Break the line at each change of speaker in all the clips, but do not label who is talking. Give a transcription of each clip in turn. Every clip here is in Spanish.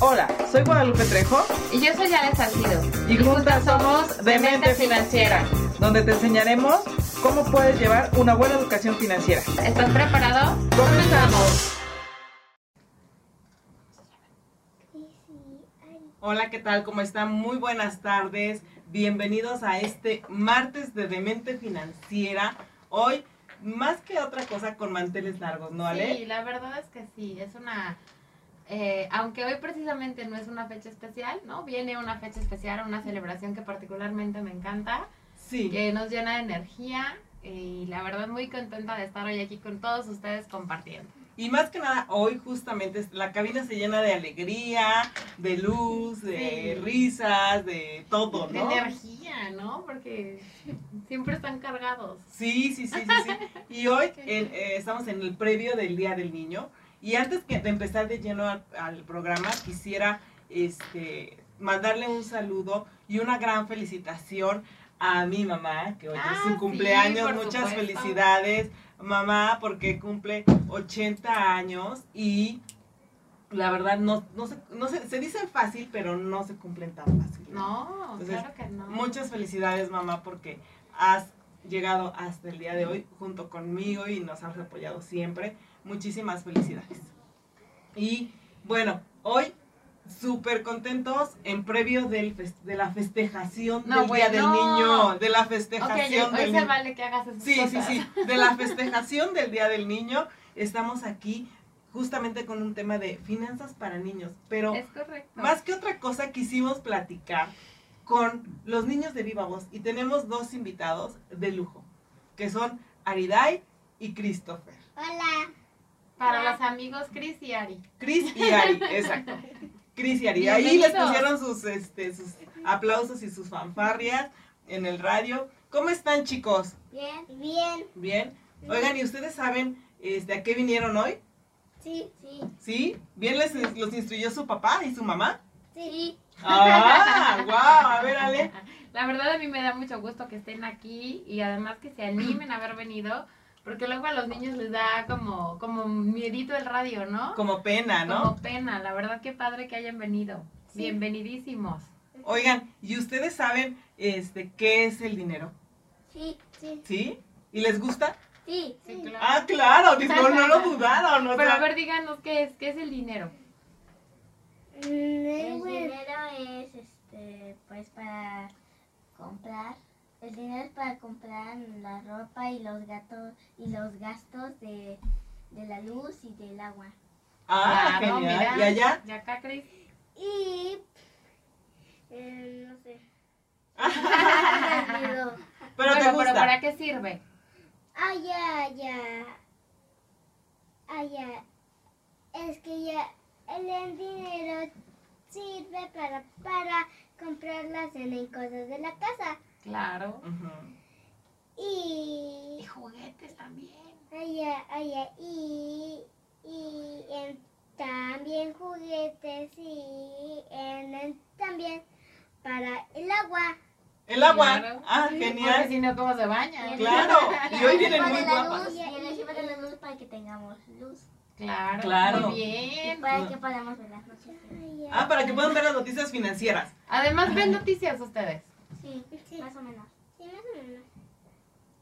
Hola, soy Guadalupe Trejo
Y yo soy Alex Salcido.
y juntas somos Demente Financiera, donde te enseñaremos cómo puedes llevar una buena educación financiera.
¿Estás preparado?
¡Comenzamos! Hola, ¿qué tal? ¿Cómo están? Muy buenas tardes. Bienvenidos a este martes de Demente Financiera. Hoy, más que otra cosa, con manteles largos, ¿no, Ale?
Sí, la verdad es que sí, es una... eh, aunque hoy precisamente no es una fecha especial, ¿no? Viene una fecha especial, una celebración que particularmente me encanta,
Sí.
que nos llena de energía eh, y la verdad muy contenta de estar hoy aquí con todos ustedes compartiendo.
Y más que nada, hoy justamente es- la cabina se llena de alegría, de luz, de
Sí.
risas, de todo,
De
¿no?
energía, ¿no? Porque siempre están cargados.
Sí, sí, sí, sí, sí. Y hoy en- eh, estamos en el previo del Día del Niño. Y antes que de empezar de lleno al, al programa, quisiera este, mandarle un saludo y una gran felicitación a mi mamá, que hoy
Ah,
es su
sí,
cumpleaños.
por
Muchas
supuesto.
felicidades, mamá, porque cumple 80 años y la verdad no, no, se, no se, se dice fácil, pero no se cumplen tan fácil.
No,
Entonces,
claro que no.
Muchas felicidades, mamá, porque has llegado hasta el día de hoy junto conmigo y nos has apoyado siempre. Muchísimas felicidades. Y bueno, hoy súper contentos en previo del fes- de la festejación
No,
del
güey,
Día
no.
del Niño, de la
Ok,
festejación
hoy- hoy
del
se
Niño.
vale que hagas esas
Sí, sí,
cosas.
sí, de la festejación del Día del Niño. Estamos aquí justamente con un tema de finanzas para niños, pero
Es correcto.
más que otra cosa quisimos platicar con los niños de Viva Voz y tenemos dos invitados de lujo, que son Aridai y Christopher.
Hola.
Para los amigos Chris y Ari.
Chris y Ari, exacto. Chris y Ari. Ahí les
Bienvenidos.
pusieron sus, este, sus aplausos y sus fanfarrias en el radio. ¿Cómo están chicos?
Bien. Bien.
Bien. Oigan, ¿y ustedes saben este, a qué vinieron hoy?
Sí. Sí.
¿Sí? ¿Bien les, los instruyó su papá y su mamá?
Sí.
¡Ah! ¡Guau! A ver, Ale.
La verdad a mí me da mucho gusto que estén aquí y además que se animen a haber venido, porque luego a los niños les da como, como miedito el radio, ¿no?
Como pena, ¿no?
Como pena. La verdad que padre que hayan venido.
Sí.
Bienvenidísimos.
Oigan, ¿y ustedes saben este qué es el dinero?
Sí. Sí.
¿Sí? ¿Y les gusta?
Sí.
Sí, claro.
Ah, claro, digo, no lo dudaron. o
Pero
sea,
a ver, díganos qué es, qué es el dinero.
Mm, El dinero es, este, pues para comprar. El dinero es para comprar la ropa y los gatos y los gastos de, de la luz y del agua.
Ah,
Claro,
genial.
mira.
¿Y allá?
Y acá, Cris.
Y eh, no sé.
Pero
Bueno,
te gusta.
pero ¿para qué sirve?
Ah, ya, ya. Ah, ya. Es que ya el, el dinero sirve para, para comprar la cena y cosas de la casa.
Claro.
Ujú.
Y.
Y juguetes también.
Ah, ya, ah, ya. Y. Y en- también juguetes y en- en- también para el agua.
El agua.
Claro.
Ah,
Porque
genial.
si no, ¿cómo se bañan?
Claro. Y hoy vienen
Para
muy
la
guapas.
luz y el equipo de la luz para que tengamos luz.
Claro,
Claro.
muy bien.
para que
podamos ver las noticias.
Ah, para que puedan ver las noticias financieras.
Además, ven noticias ustedes.
Sí, más o menos. Sí, más o menos.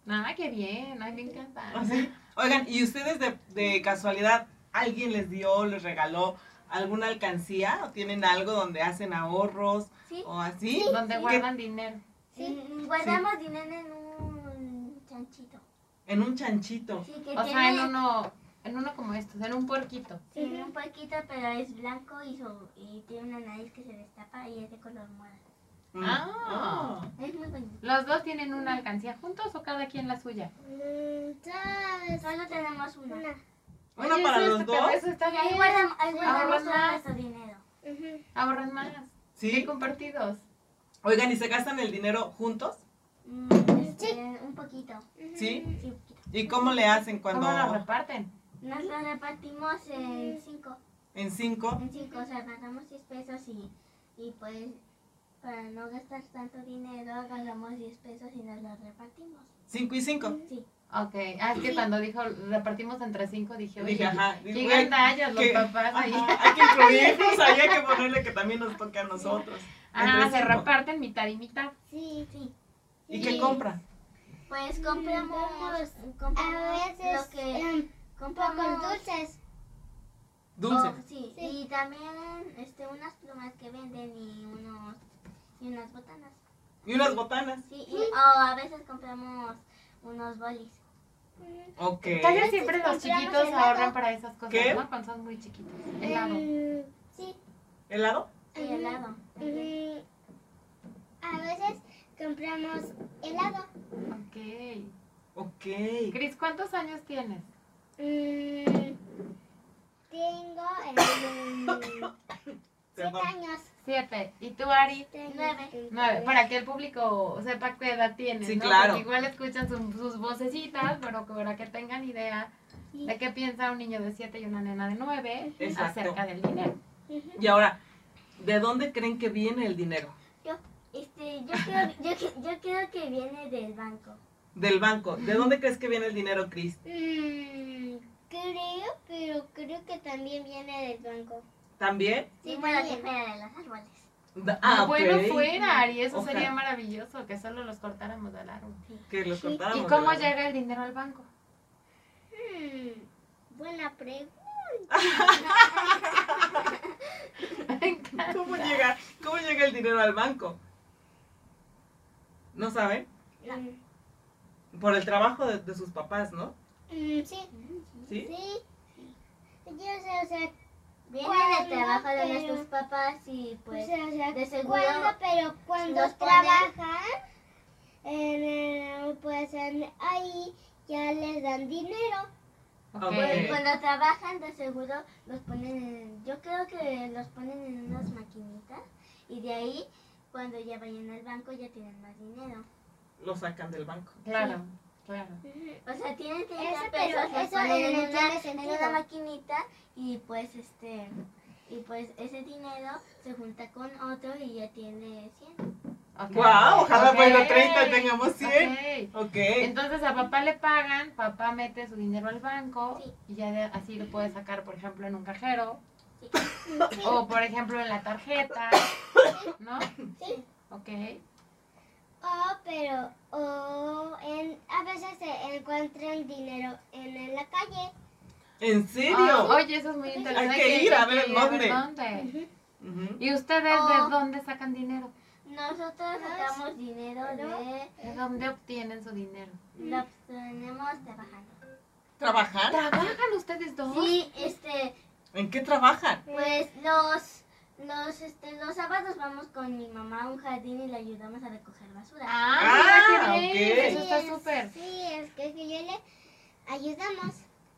Ah, qué bien, ay, me encanta.
¿Ah, sí? Oigan, ¿y ustedes de, de casualidad alguien les dio, les regaló alguna alcancía? ¿O tienen algo donde hacen ahorros
Sí.
o así?
Donde
¿Qué-
guardan dinero.
Sí, guardamos dinero en un chanchito.
En un chanchito.
Sí, que
O
tiene,
sea, en uno, en uno como estos, en un puerquito.
tiene un poquito, pero es blanco y, su- y tiene una nariz que se destapa y es de color morado.
Mm.
Ah.
Es muy bonito.
¿Los dos tienen una alcancía juntos o cada quien la suya?
Ah.
Solo tenemos Mm, una.
Una
Oye,
para
eso
los
está-
dos.
Eso está bien.
Ahí guardamos, ahí
guardamos
guardamos
todo nuestro
nuestro dinero.
Ahorran más.
¿Sí?
Qué compartidos.
Oigan, ¿y se gastan el dinero juntos?
Mm, este, Un poquito.
¿Sí?
Sí, un poquito.
¿Y cómo le hacen cuando
¿Cómo lo reparten?
Nos lo repartimos en cinco.
en cinco?
En cinco, o sea, gastamos 10 pesos y, y pues para no gastar tanto dinero, gastamos 10 pesos y nos los repartimos.
Cinco y cinco.
Sí.
Ok, ah, es que cuando dijo repartimos entre cinco, dije, oye,
Dije, ajá,
qué
dije, güey,
gandallas los
que-
papás ahí.
ajá, hay que incluirnos, ahí hay que ponerle que también nos toque a nosotros.
Ah,
Entre
se
cinco.
reparten mitad y mitad.
Sí, sí.
¿Y
Sí.
qué compra?
Pues compramos, compramos
A veces
lo que
em, un poco
compramos
dulces.
Dulce.
Oh, sí.
Sí.
y también este unas plumas que venden y unos y unas botanas.
Y unas botanas.
Sí, y o a veces compramos unos bolis.
Ok. pues
Casi
veces
siempre los
compramos
chiquitos
helado.
ahorran para esas cosas,
¿Qué?
¿no? Cuando son muy chiquitos. Helado.
Em, sí.
¿Helado?
Y helado.
ujú. A veces compramos helado.
Ok.
Ok.
Cris, ¿cuántos años tienes?
Mm, tengo em, siete
Perdón.
años.
Siete. ¿Y tú, Ari?
Tengo
Nueve.
cinco
Nueve,
años.
para que el público sepa qué edad tienen,
Sí,
¿no?
claro.
Porque igual escuchan su- sus vocecitas, pero que- para que tengan idea
Sí.
de qué piensa un niño de 7 y una nena de 9
Exacto.
acerca del dinero.
Ujú.
Y ahora, ¿de dónde creen que viene el dinero?
Este, yo creo, yo, que- yo creo que viene del banco.
Del banco. ¿De dónde crees que viene el dinero, Cris?
Mm, creo, pero creo que también viene del banco.
¿También?
Sí,
Sí,
bueno, que
también.
fuera de los árboles.
Da- Ah, ok.
Bueno, fuera, Ari, eso
Ojalá.
sería maravilloso, que solo los cortáramos del árbol.
Que los
Sí.
cortáramos
¿Y cómo
del árbol.
llega el dinero al banco?
Hmm, buena pregunta.
Me encanta.
¿Cómo llega, ¿Cómo llega el dinero al banco? ¿No saben?
Mm,
Por el trabajo de, de sus papás, ¿no?
mm, sí,
¿Sí?
sí. Yo sé, o sea,
Viene del
Bueno,
trabajo de
pero-
nuestros papás y pues
o sea, o sea,
de seguro
cuando, pero cuando
los ponen-
trabajan, en, eh, pues en- ahí ya les dan dinero.
Ah,
Ok.
pues,
Ok.
cuando trabajan de seguro los ponen en, yo creo que los ponen en unas maquinitas y de ahí cuando ya vayan al banco ya tienen más dinero.
Lo sacan del banco.
Claro, claro.
O sea, tienen 30
Ese, pero
pesos, los
eso
ponen en,
no
un
tiene
ya- en
sentido.
una maquinita y pues este y pues ese dinero se junta con otro y ya tiene 100.
Ok.
¡Guau! Ojalá
Ok.
bueno 30 y tengamos 100.
Ok.
Ok.
Entonces a papá le pagan, papá mete su dinero al banco
Sí.
y ya de- así lo puede sacar, por ejemplo, en un cajero
Sí,
o, por ejemplo, en la tarjeta, ¿no?
sí.
Ok.
O, Oh, pero, o en, a veces se encuentran dinero en, en la calle.
¿En serio?
Ah, oye, eso es muy interesante.
Hay que ir a ver
que
dónde.
dónde.
Ujú.
Ujú.
¿Y ustedes
Oh.
de dónde sacan dinero?
Nosotros sacamos dinero de
¿De dónde obtienen su dinero?
lo obtenemos trabajando.
¿Trabajar?
¿Trabajan ustedes dos?
Sí, este,
¿En qué trabajan?
pues los los este los sábados vamos con mi mamá a un jardín y le ayudamos a recoger basura.
Ah,
Ah,
mira qué
ok.
bien. Eso
Sí,
está súper.
Sí, es que, que yo le ayudamos.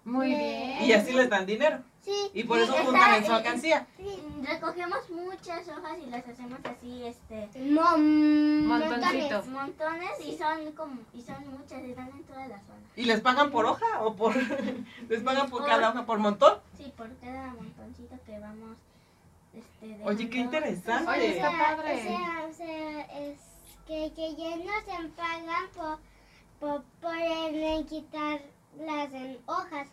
Muy
Sí.
bien.
Y así les dan dinero.
Sí.
Y por
Sí,
eso
está-
juntan en su alcancía.
sí.
Mm, Recogemos muchas hojas y las hacemos así, este,
Mo- mm,
Montoncito.
montones.
montones y son como y son muchas, están en toda la zona.
¿Y les pagan por hoja o por.? ¿Les pagan por
Ah.
cada hoja, por montón?
Sí, por cada montoncito que vamos este
Oye, qué
dejando.
interesante.
Oye,
O
está
sea,
padre.
O sea, o sea, es que, que ya no se pagan por, por, por el- quitar las en hojas.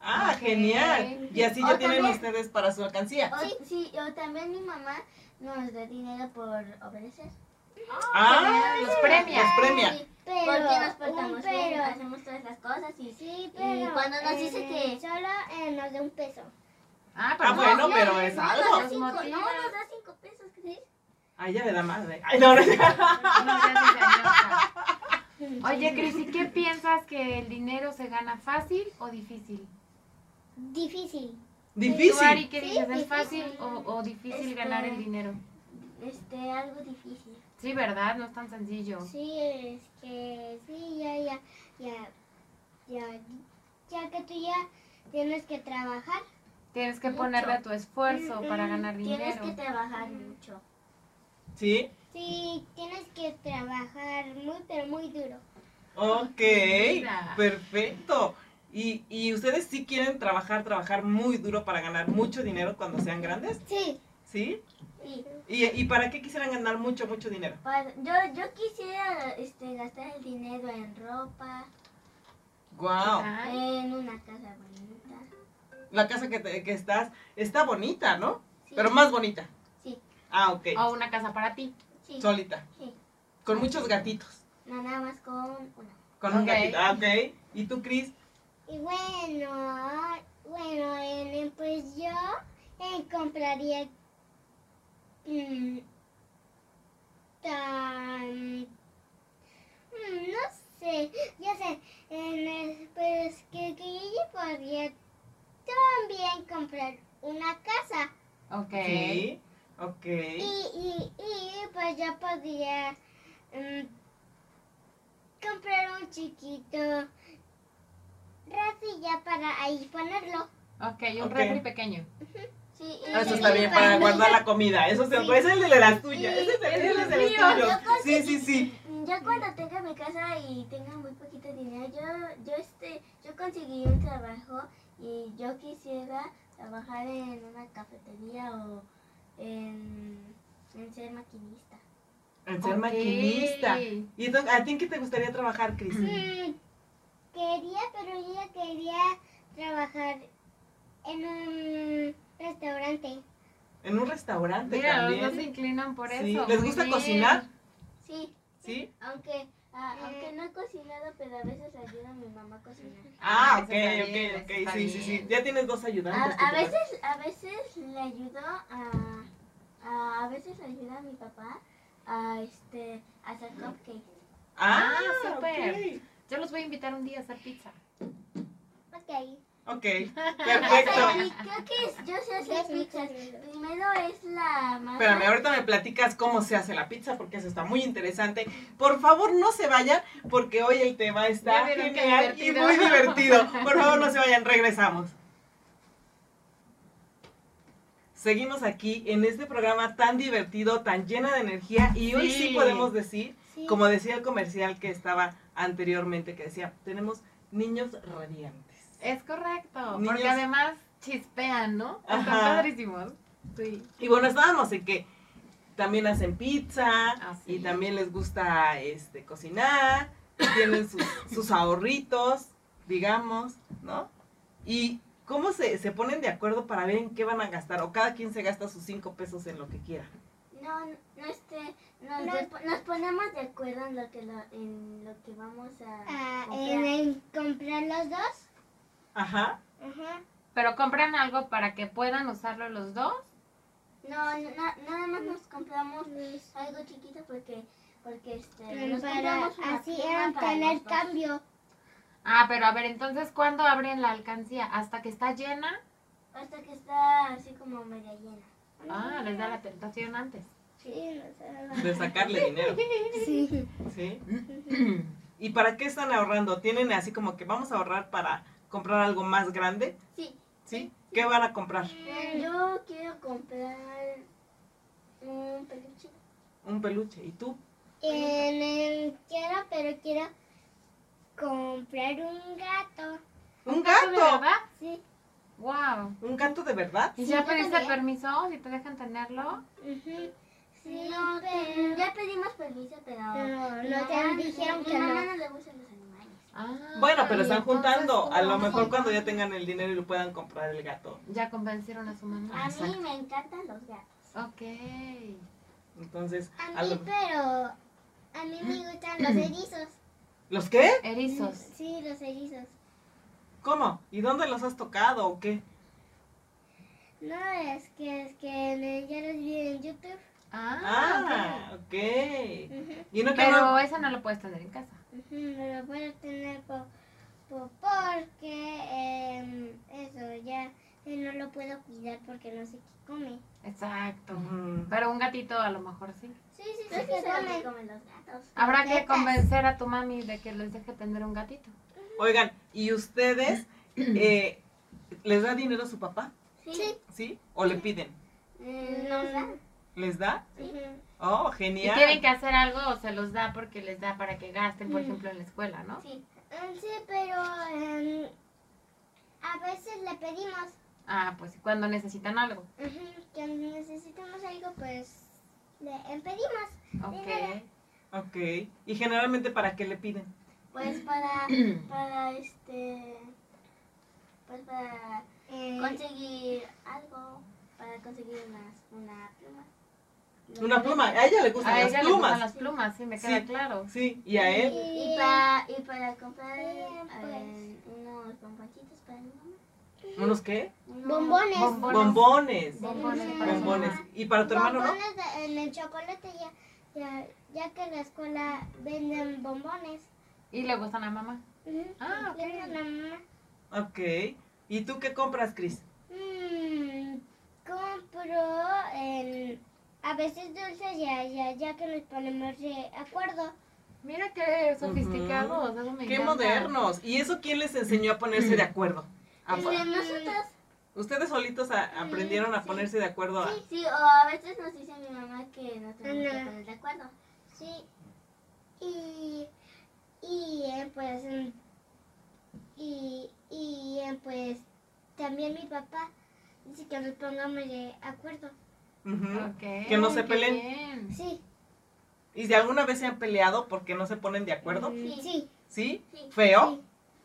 Ah,
Ok. Ah,
genial. Y así ya
O
tienen
también-
ustedes para su alcancía.
O- sí, o también mi mamá nos da dinero por obedecer.
Ah,
Los premia.
Los premia.
Sí,
Pero,
porque nos
un
portamos bien,
pero,
hacemos todas las cosas y
Sí, pero.
cuando nos dice
eh,
que-
Solo eh, nos da un peso.
Ah,
Ah, bueno, pero es
No,
algo.
nos da
Los
cinco, no,
motiva.
nos da cinco pesos, ¿crees?
Ah, ya le da madre. Ay, no, no, no.
No seas engañosa. Oye, Cris, ¿y qué piensas que el dinero se gana fácil o difícil?
Difícil.
¿Tú, Ari,
Difícil.
qué
Sí,
dices? ¿Es
difícil.
fácil o, o difícil
Este-
ganar el dinero?
Este, algo difícil.
Sí, ¿verdad? No es tan sencillo.
Sí, es que sí, ya, ya, ya, ya, ya que tú ya tienes que trabajar.
Tienes que ponerle tu esfuerzo
Mm,
para
mm,
ganar
Tienes
dinero.
que trabajar mucho.
Sí.
Sí, tienes que trabajar muy, pero muy duro.
Ok.
Mira.
Perfecto. ¿Y, ¿Y ustedes sí quieren trabajar, trabajar muy duro para ganar mucho dinero cuando sean grandes?
Sí,
¿Sí?
Y pues,
¿Y, y para qué quisieran ganar mucho, mucho dinero?
para- yo, yo quisiera este, gastar el dinero en ropa,
Wow.
Ay,
En una casa bonita.
La casa que, te- que estás está bonita, ¿no?
Sí.
Pero más bonita.
Sí.
Ah, ok.
O una casa para ti.
Sí.
Solita.
Sí.
Con muchos gatitos.
No, nada más con una.
Con un
Ok.
gatito. Ah, ok. ¿Y tú, Cris?
Y bueno, bueno, eh, pues yo eh, compraría mm, tan- mm, no sé, ya sé, en el- pues que, que yo podría también comprar una casa
Ok.
Sí. Ok.
y, y, y pues yo podría mm, comprar un chiquito racilla para ahí ponerlo.
Ok, un
Ok.
refri pequeño.
Sí,
Ah, Eso está bien para guardar la comida. Eso se
Sí.
es el de las tuyas.
Sí,
Ese es el,
es
ese es el
mío.
tuyo.
Yo
Sí,
conseguí.
sí, sí.
Ya cuando tenga mi casa y tenga muy poquito dinero, yo, yo este, yo conseguí un trabajo y yo quisiera trabajar en una cafetería o en, en ser maquinista.
En ser
Ok.
maquinista. ¿Y entonces, a ti en qué te gustaría trabajar, Cris?
Mm, Quería, pero yo quería trabajar en un restaurante.
En un restaurante
Mira, los dos se
también.
inclinan por eso.
Sí. ¿Les
muy
gusta
bien.
cocinar?
Sí,
¿Sí?
aunque ah,
Eh.
aunque no he cocinado, pero a veces ayudo a mi mamá a cocinar.
Ah,
Ah, ok,
eso está bien,
ok,
eso
ok.
está
Sí, sí, sí.
bien.
Ya tienes dos
A,
ayudantes.
a
¿qué te pasa?
veces a veces le ayudo a, a a veces le ayudo a mi papá a este a hacer cupcakes.
Ah,
Ah, súper.
ok.
Yo los voy a invitar un día a hacer pizza.
Ok.
Ok,
O sea,
perfecto.
y creo que es- yo sé
Ya
hacer
estoy
pizzas.
comiendo.
Primero es la masa.
Espérame, ahorita me platicas cómo se hace la pizza porque eso está muy interesante. Por favor, no se vayan porque hoy el tema está
Ya vieron qué
genial y
divertido.
muy divertido. Por favor, no se vayan, regresamos. Seguimos aquí en este programa tan divertido, tan llena de energía y hoy sí
Sí.
podemos decir,
Sí.
como decía el comercial que estaba anteriormente, que decía, tenemos niños radiantes.
Es correcto,
Niños-
porque además chispean, ¿no? Están
Ajá.
padrísimos. Sí.
Y bueno, estábamos en que también hacen pizza
Ah,
y
sí.
también les gusta este cocinar, tienen sus, sus ahorritos, digamos, ¿no? Y cómo se, se ponen de acuerdo para ver en qué van a gastar, o cada quien se gasta sus cinco pesos en lo que quiera.
No, no este, nos,
No.
de- nos ponemos de acuerdo en lo que lo, en lo que vamos a
Ah, en,
comprar.
en comprar los dos.
Ajá.
Ajá.
Pero compran algo para que puedan usarlo los dos.
No, no, na- nada más nos compramos
Los-
algo chiquito porque porque este
pero
nos
para
compramos una
así
pluma
era
para
tener
los dos.
cambio.
Ah, pero a ver, entonces, ¿cuándo abren la alcancía? ¿Hasta que está llena?
hasta que está así como media llena.
Ah, les da la tentación antes.
Sí, no se va.
De sacarle dinero.
Sí.
¿Sí? ¿Y para qué están ahorrando? ¿Tienen así como que vamos a ahorrar para comprar algo más grande?
Sí,
¿Sí? ¿Qué van a comprar?
Mm.
eh, yo quiero comprar un peluche.
Un peluche. ¿Y tú?
En el- quiero, pero quiero comprar un gato.
¿De
¡Un gato!
verdad?
Sí.
¡Wow!
¿Un gato de verdad?
¿Y
Sí,
ya
yo
pediste
también.
permiso? ¿Si te dejan tenerlo?
Ujú. Sí,
no,
pero-
ya pedimos permiso, pero
Pero
mi
Ah, no te
mamá-
dijeron
mi
que
mamá
no.
no le gustan los animales.
Ah,
Bueno, pero
y
están
entonces,
juntando. A
¿cómo?
lo mejor cuando ya tengan el dinero y lo puedan comprar el gato.
Ya convencieron a su mamá.
A mí me encantan los gatos.
Ok.
Entonces,
A
a
mí,
lo-
pero a mí me gustan los erizos.
¿los qué?
Erizos.
Sí, los erizos.
¿Cómo? ¿Y dónde los has tocado o qué?
No, es que es que me- ya los vi en YouTube.
Ah,
Ah, ok.
Ujú,
Y no
ok.
que
Pero
no-
esa no la puedes tener en casa.
ujú, pero puedo tener po, po- porque em, eso ya eh, no lo puedo cuidar porque no sé qué come.
Exacto.
Ujú.
Pero un gatito a lo mejor sí.
Sí, sí,
Creo que se lo que comen los gatos.
Habrá que
Croquetas.
convencer a tu mami de que les deje tener un gatito.
Oigan, ¿y ustedes eh, les da dinero a su papá?
Sí.
¿Sí? ¿O le piden?
Eh,
Mm.
los gatos.
¿Les da?
Ujú.
Oh,
Y tienen
genial.
que hacer algo o se los da porque les da para que gasten, por
Mm.
ejemplo, en la escuela, ¿no?
Sí.
Ah, Sí, pero em, a veces le pedimos
Ah, pues cuando necesitan algo.
ujú, que necesitamos algo, pues le em, pedimos.
Ok.
Dinero.
Ok. ¿Y generalmente para qué le piden?
pues para, para este, pues para
Eh,
conseguir algo, para conseguir una, una pluma.
Una pluma, a ella le gustan
Pues A
las
ella le gustan
plumas.
las plumas, sí, me queda
Sí.
claro.
Sí, y a él.
Y para, y para comprar
Bien,
a ver,
pues.
unos bomboncitos para mi mamá.
¿Unos qué?
Unos-
bombones.
Bombones.
Bombones.
Bombones. para su
Bombones.
mamá.
¿Y para tu hermano no?
Bombones de- en el chocolate ya, ya, ya que en la escuela venden bombones.
Y le gustan a mamá.
Ujú.
Ah,
Y
ok.
tiene la mamá.
Ok. ¿Y tú qué compras, Cris?
Mm, compro em, a veces dulces ya, ya, ya que nos ponemos de acuerdo.
Mira qué sofisticados, eso me
Qué
encanta.
modernos. ¿Y eso quién les enseñó a ponerse de acuerdo? A po-
Entre nosotros,
¿Ustedes solitos a- aprendieron a ponerse de acuerdo? a-
sí, sí, o a veces nos dice mi mamá que nos tenemos que
Ana.
poner de acuerdo.
Sí. Y, y eh, pues mm, y, y eh, pues también mi papá dice que nos pongamos de acuerdo.
Ujú.
Ok,
Que no se
qué
peleen.
bien.
Sí.
¿Y si alguna vez se han peleado porque no se ponen de acuerdo?
Mm,
Sí.
Sí.
¿Sí?
Sí.
¿Feo?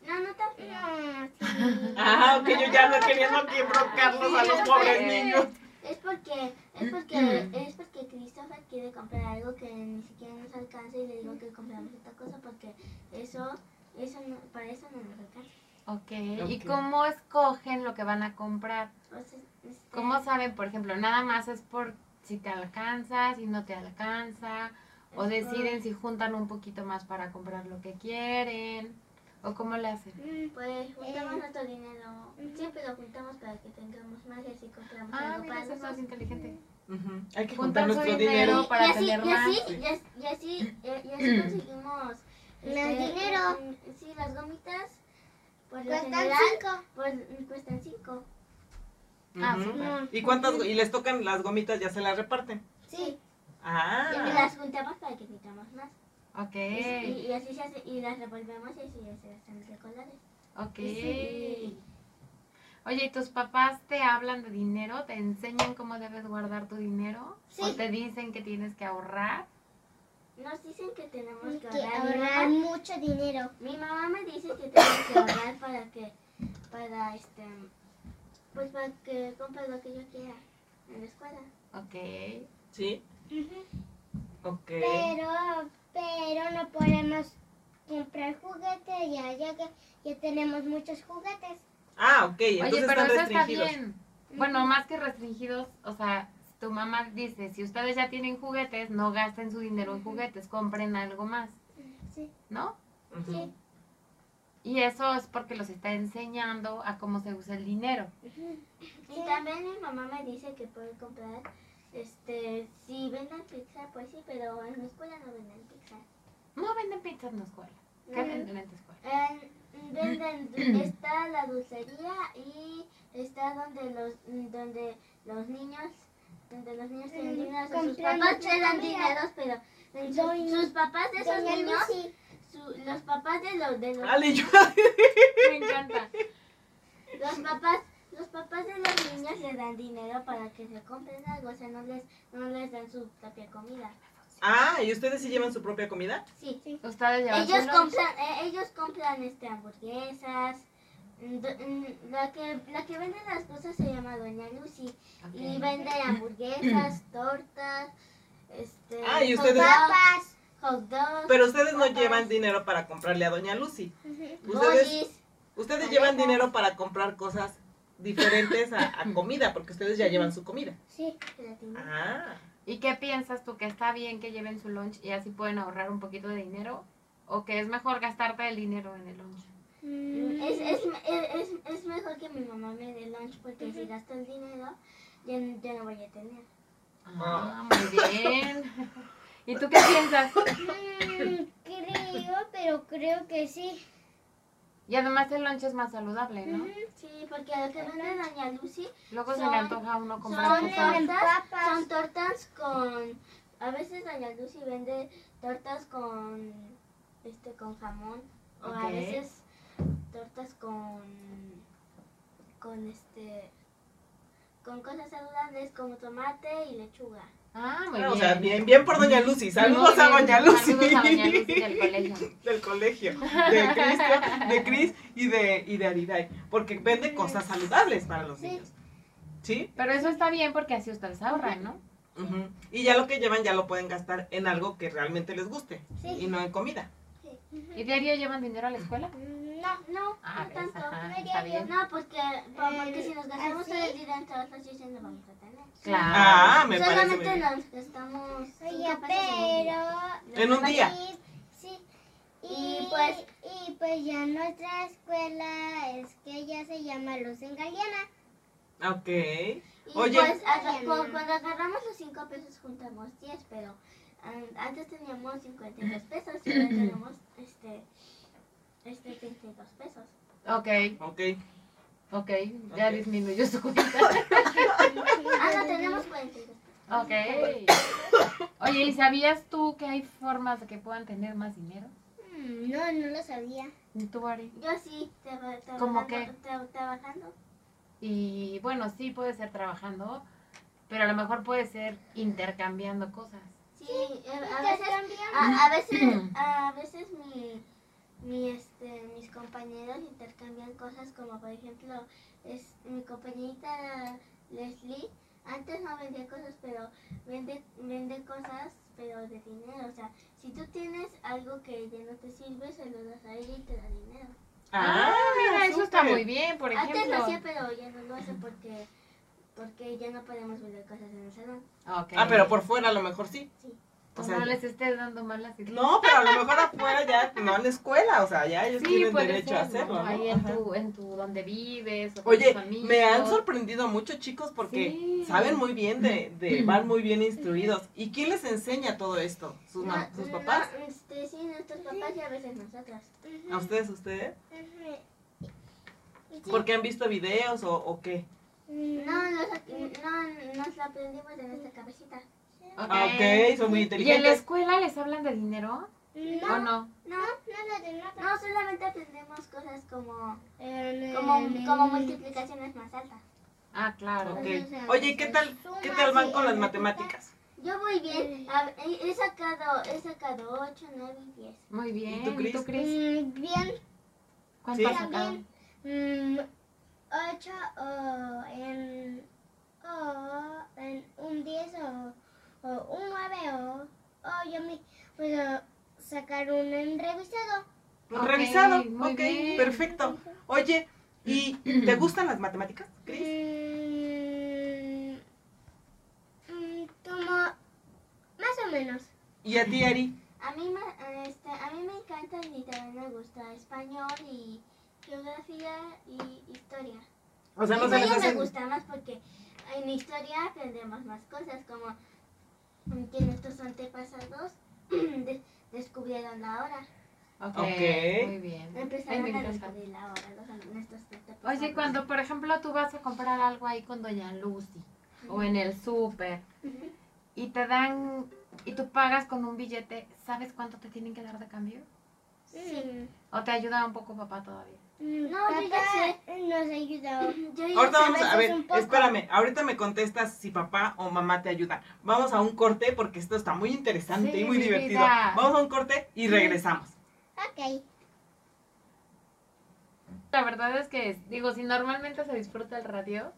No, no tan feo.
No, sí.
Ah, ok, yo ya no queriendo aquí brocarlos a los pobres niños.
Es porque, es porque, es porque Christopher quiere comprar algo que ni siquiera nos alcanza y le digo que compramos otra cosa porque eso, eso no- para eso no nos alcanza.
ok, ¿y
Ok.
cómo escogen lo que van a comprar?
Entonces, este,
¿Cómo saben, por ejemplo, nada más es por si te alcanza, si no te alcanza? ¿O
Es
deciden si juntan un poquito más para comprar lo que quieren? ¿O cómo le hacen?
Mm,
Pues juntamos
Eh,
nuestro dinero, siempre lo juntamos para que tengamos más y así compramos
Ah,
algo
mira,
para
eso es más
nosotros.
inteligente.
Ujú. Hay que
Juntar
juntar
su
nuestro
dinero
dinero.
para
y así,
tener
y así,
más.
y as- y así, eh, y, y así conseguimos
Más dinero.
mm, Sí, las gomitas por lo
Cuestan
general
cinco.
pues, mm, cuestan cinco.
Ah,
Ujú.
súper.
¿Y cuántas? go- Y les tocan las gomitas, ya se las reparten.
Sí.
Y
Ah.
las juntamos para que tengamos más. Y,
Ok,
y- y así se hace, y las revolvemos y así ya se hacen los colores.
ok.
Sí.
Oye, ¿y tus papás te hablan de dinero? ¿Te enseñan cómo debes guardar tu dinero?
Sí.
¿O te dicen que tienes que ahorrar?
Nos dicen que tenemos
Hay
que
que
ahorrar.
ahorrar
Mi, mamá,
mucho dinero.
mi mamá me dice que tenemos que ahorrar para que, para este, pues para que compre lo que yo quiera en la escuela.
Ok.
Sí. Ok.
Pero, pero no podemos comprar juguetes ya, ya que ya tenemos muchos juguetes.
Ah, ok. Entonces
Oye, pero
están
eso está
restringidos.
bien. Bueno, más que restringidos, o sea, tu mamá dice, si ustedes ya tienen juguetes, no gasten su dinero en juguetes, compren algo más,
Sí.
¿no?
Ujú.
Sí.
Y eso es porque los está enseñando a cómo se usa el dinero.
Y también mi mamá me dice que puede comprar, este, si venden pizza, pues sí, pero en mi escuela no venden pizza.
No venden pizza en la escuela. ¿Qué
Mm.
venden en tu escuela?
Eh, venden, está la dulcería y está donde los donde los niños donde los niños tienen
Mm,
dinero, o sea, sus
compran
papás
mucha
le dan
comida.
dineros, pero eh, sus-
Doña-
sus papás de esos
Doña
niños,
Lucy,
su- los papás de los de los,
Ale, yo-
Me encanta.
los papás los papás de los niños le dan dinero para que se compren algo, o sea, no les no les dan su propia comida.
Ah, ¿y ustedes sí llevan su propia comida?
Sí.
Ustedes llevan su
Ellos
lunch.
compran, eh, ellos compran este hamburguesas. mm, do- mm, La que, la que vende las cosas se llama Doña Lucy
Ok.
y vende hamburguesas, tortas, este,
Ah, ¿y
hot
ustedes?
dogs,
papas.
hot dogs,
Pero ustedes no
Papas.
llevan dinero para comprarle a Doña Lucy. Ustedes,
golis.
ustedes
Alejas.
llevan dinero para comprar cosas diferentes a, a comida, porque ustedes ya llevan su comida.
Sí.
gelatina.
Ah,
¿Y qué piensas tú? ¿Que está bien que lleven su lunch y así pueden ahorrar un poquito de dinero? ¿O que es mejor gastarte el dinero en el lunch?
Mm,
Es, es, es, es mejor que mi mamá me dé lunch porque si gasto el dinero ya, n- ya no voy a tener.
Ah, muy bien. ¿Y tú qué piensas?
mm, creo, pero creo que sí.
Y además el lunch es más saludable, ¿no?
Sí, porque lo que vende Doña Lucy
Luego se
Son-
le antoja a uno
Son
comprar cosas.
en
tortas,
papas.
son tortas con, a veces Doña Lucy vende tortas con, este, con jamón, o a
Ok.
veces tortas con, con este, con cosas saludables como tomate y lechuga.
Ah, muy
Ah,
bien.
o sea, bien, bien por Doña Lucy. Saludos a
Muy bien.
Doña Lucy.
Saludos a Doña Lucy del colegio.
del colegio, de Cristo, de Cris y de, y de Adiday, porque vende cosas saludables para los
Sí.
niños. ¿Sí?
Pero eso está bien porque así ustedes ahorran, ¿no?
Ujú. Y ya lo que llevan ya lo pueden gastar en algo que realmente les guste y
Sí.
no en comida.
¿Y diario llevan dinero a la escuela?
No.
No,
Ah,
no
ves,
tanto.
ajá,
no
está
diario,
bien.
No, porque, porque
Eh,
si nos gastamos
así.
todo el dinero en todas las ya no vamos a tener.
Claro.
Ah, me parece muy
Solamente
bien.
nos gastamos
Oye,
cinco pesos en un día.
pero...
En un día.
Sí, sí.
Y,
Y
pues-
pues, y pues ya nuestra escuela es que ya se llama Luz en Galeana.
Ok.
Y
Oye.
pues agar-
Bien.
cu- cuando agarramos los 5 pesos juntamos 10, pero an- antes teníamos 52 pesos y ahora tenemos este, este 32 pesos.
Ok,
Ok.
ok, ya
Ok.
disminuyó su cuenta.
Ah, no, tenemos 42 pesos.
Ok. Oye, ¿y sabías tú que hay formas de que puedan tener más dinero?
Mm, No, no lo sabía.
¿Y tú, Ari?
Yo sí, traba- trabajando.
¿Cómo qué?
tra- trabajando.
Y bueno, sí puede ser trabajando, pero a lo mejor puede ser intercambiando cosas.
Sí, eh,
Te
a veces,
cambian.
a, a veces, a veces mi, mi, este, mis compañeros intercambian cosas como por ejemplo, es mi compañerita Leslie antes no vendía cosas, pero vende, vende cosas, pero de dinero. O sea, si tú tienes algo que ya no te sirve, se lo das a ella y te da dinero.
Ah, mira, eso está
súper.
muy bien, por
Antes lo
ejemplo.
hacía, pero ya no lo hace porque, porque ya no podemos vender cosas en el salón.
Ok.
Ah, pero por fuera a lo mejor sí.
Sí.
O
Pues
sea,
no les estés dando malas ideas.
no, pero a lo mejor afuera ya, no en la escuela, o sea, ya ellos
Sí,
tienen
puede
derecho a
ser,
hacerlo.
¿no?
¿no?
Ahí en
Ajá.
tu, en tu donde vives o con
Oye,
tus amigos.
me han sorprendido mucho, chicos, porque
Sí.
saben muy bien de, de- van muy bien instruidos. ¿Y quién les enseña todo esto? ¿Sus, ma-
No,
sus
no,
papás?
este, sí, nuestros papás y a veces nosotras.
¿A
Ujú,
ustedes, ustedes?
ujú. Sí.
¿Porque han visto videos o, o qué?
Mm,
No, nos, no, nos lo aprendimos de nuestra cabecita.
Ok.
Ah, ok, son muy
¿Y en la
inteligentes.
escuela les hablan de dinero o
Ah.
No, no,
no?
No,
no, de no.
no, solamente aprendemos cosas como,
Eh,
como,
eh,
como multiplicaciones más altas.
Ah, claro.
Ok. Oye, ¿qué tal, qué tal van con las matemáticas?
Yo voy bien, a- he he sacado, he sacado 8, 9 y 10.
Muy bien.
¿Y tú, Cris?
¿Y tú, Cris?
Mm, Bien,
¿Cuánto
Sí.
has sacado?
También. mm, ocho o en, o en un 10 o, o un 9 o, o yo me puedo sacar un en revisado.
Un
Ok,
Pues, Revisado.
muy
ok,
bien.
perfecto. Oye, ¿y te gustan las matemáticas, Cris?
Mm, mm, como más o menos.
¿Y a ti, Ari?
A mí, me- este, a mí me encanta y también me gusta español y geografía y historia.
O sea, no se
Historia
les
me
hacen...
gusta más porque en historia aprendemos más cosas como mm, que nuestros antepasados de- descubrieron la hora.
Ok.
Ok.
Muy bien. Ay, me
Empezaron a
encanta.
descubrir la hora los an- nuestros antepasados.
Oye, cuando por ejemplo tú vas a comprar algo ahí con Doña Lucy o en el súper y te dan y tú pagas con un billete, ¿sabes cuánto te tienen que dar de cambio?
Sí.
¿O te ayuda un poco papá todavía?
Mm,
No, yo ya
papá nos ayudó.
Yo ya
Ahorita
sé-
vamos a
veces
ver,
un poco.
espérame, ahorita me contestas si papá o mamá te ayuda. Vamos a un corte porque esto está muy interesante
Sí,
y muy
mi
divertido.
vida.
Vamos a un corte y regresamos.
Ok.
La verdad es que, digo, si normalmente se disfruta el radio,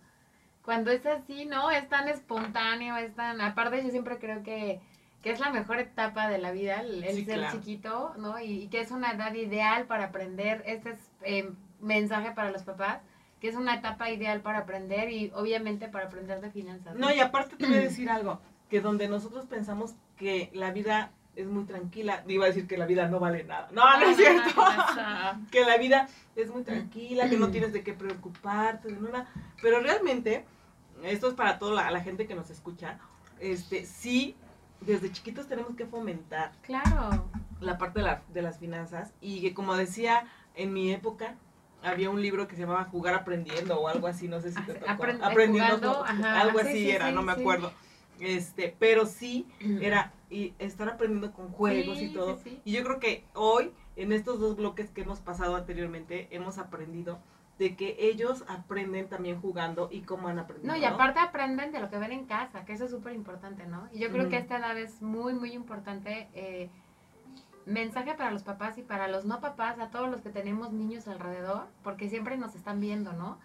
cuando es así, ¿no? Es tan espontáneo, es tan... Aparte yo siempre creo que, que es la mejor etapa de la vida, el, el
Sí,
ser
claro.
chiquito, ¿no? Y, y que es una edad ideal para aprender. Este es eh, mensaje para los papás, que es una etapa ideal para aprender y obviamente para aprender de finanzas.
No, y aparte te voy a decir algo, que donde nosotros pensamos que la vida es muy tranquila, iba a decir que la vida no vale nada. No, no, es cierto. que la vida es muy tranquila, que no tienes de qué preocuparte, de nada. Pero realmente, esto es para toda la, la gente que nos escucha, este, sí, desde chiquitos tenemos que fomentar
Claro.
la parte de, la- de las finanzas y que como decía en mi época había un libro que se llamaba Jugar aprendiendo o algo así, no sé si te
Ah,
tocó.
aprend-
Aprendiendo
jugando,
ju-
ajá,
algo
sí,
así
sí,
era,
sí,
no me
sí.
acuerdo. Este, pero sí era y estar aprendiendo con juegos
Sí,
y todo.
sí, sí.
Y yo creo que hoy en estos dos bloques que hemos pasado anteriormente hemos aprendido de que ellos aprenden también jugando y cómo han aprendido.
No, y aparte aprenden de lo que ven en casa, que eso es súper importante, ¿no? Y yo creo
Ujú.
que a esta edad es muy, muy importante. eh, mensaje para los papás y para los no papás, a todos los que tenemos niños alrededor, porque siempre nos están viendo, ¿no?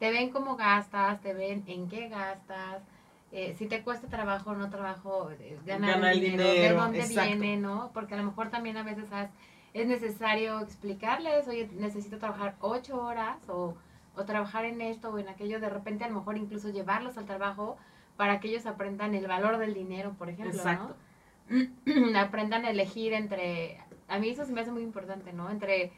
Te ven cómo gastas, te ven en qué gastas, eh, si te cuesta trabajo o no trabajo, eh, ganar
Gana el
el dinero, de
dinero,
dónde
exacto.
viene, ¿no? Porque a lo mejor también a veces has- es necesario explicarles, oye, necesito trabajar ocho horas o o trabajar en esto o en aquello, de repente a lo mejor incluso llevarlos al trabajo para que ellos aprendan el valor del dinero, por ejemplo,
Exacto.
¿no? aprendan a elegir entre, a mí eso se me hace muy importante, ¿no? Entre,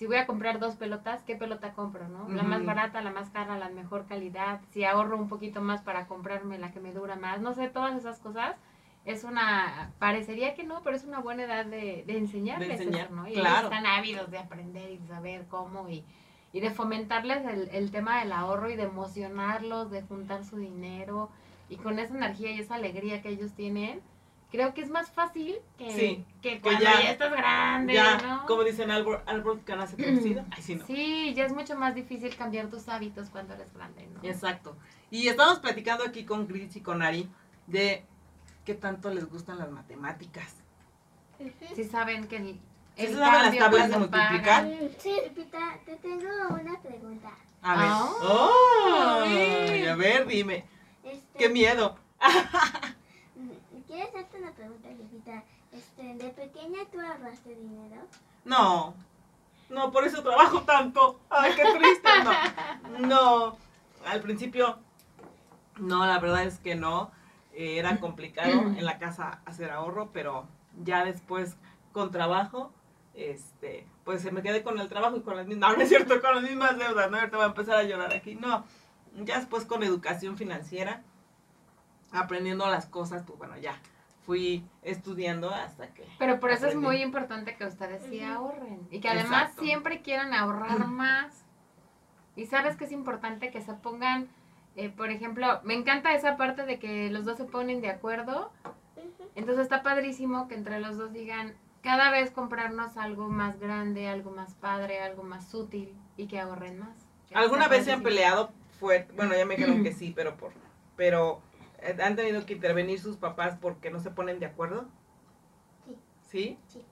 si voy a comprar dos pelotas, ¿qué pelota compro, no? La más
Ujú.
barata, la más cara, la de mejor calidad, si ahorro un poquito más para comprarme la que me dura más, no sé, todas esas cosas. Es una, parecería que no, pero es una buena edad de, de enseñarles eso,
enseñar,
¿no? Y
claro.
ellos están ávidos de aprender y de saber cómo y y de fomentarles el, el tema del ahorro y de emocionarlos, de juntar su dinero y con esa energía y esa alegría que ellos tienen, creo que es más fácil que,
Sí,
que cuando
ya-
ya, estás grande,
ya,
¿no?
como dicen Albert, Albert Canase torcido. Ay, sí, no.
Sí, ya es mucho más difícil cambiar tus hábitos cuando eres grande, ¿no?
Exacto. Y estamos platicando aquí con Gris y con Ari de qué tanto les gustan las matemáticas.
Sí saben que el,
¿Sí
el
se saben las
cambio
tablas de
cuando
multiplicar?
pagan-
Sí,
Lupita, te tengo una pregunta.
A ver.
Ah.
¡Oh!
Ay.
a ver, dime.
Este,
¡Qué miedo!
mm, Quiero hacerte una pregunta, Lupita. Este, ¿De pequeña tú ahorraste dinero?
No. No, por eso trabajo tanto. Ay, qué triste. No. No. Al principio, no, la verdad es que no. Eh, Era complicado en la casa hacer ahorro, pero ya después con trabajo, este, pues se me quedé con el trabajo y con las mismas, no, no es cierto, con las mismas deudas, ¿no? Ahorita voy a empezar a llorar aquí. No. Ya después con educación financiera, aprendiendo las cosas, pues bueno, ya fui estudiando hasta que.
Pero por eso es
aprendí.
muy importante que ustedes sí
Ujú.
ahorren y que además
Exacto.
siempre quieran ahorrar más. Y sabes que es importante que se pongan, eh, por ejemplo, me encanta esa parte de que los dos se ponen de acuerdo. Entonces está padrísimo que entre los dos digan cada vez comprarnos algo más grande, algo más padre, algo más útil y que ahorren más.
¿Alguna
Está
vez se han
padrísimo.
peleado fuerte? Bueno, ya me dijeron que sí, pero por pero eh, han tenido que intervenir sus papás porque no se ponen de acuerdo?
Sí.
¿Sí?
Sí.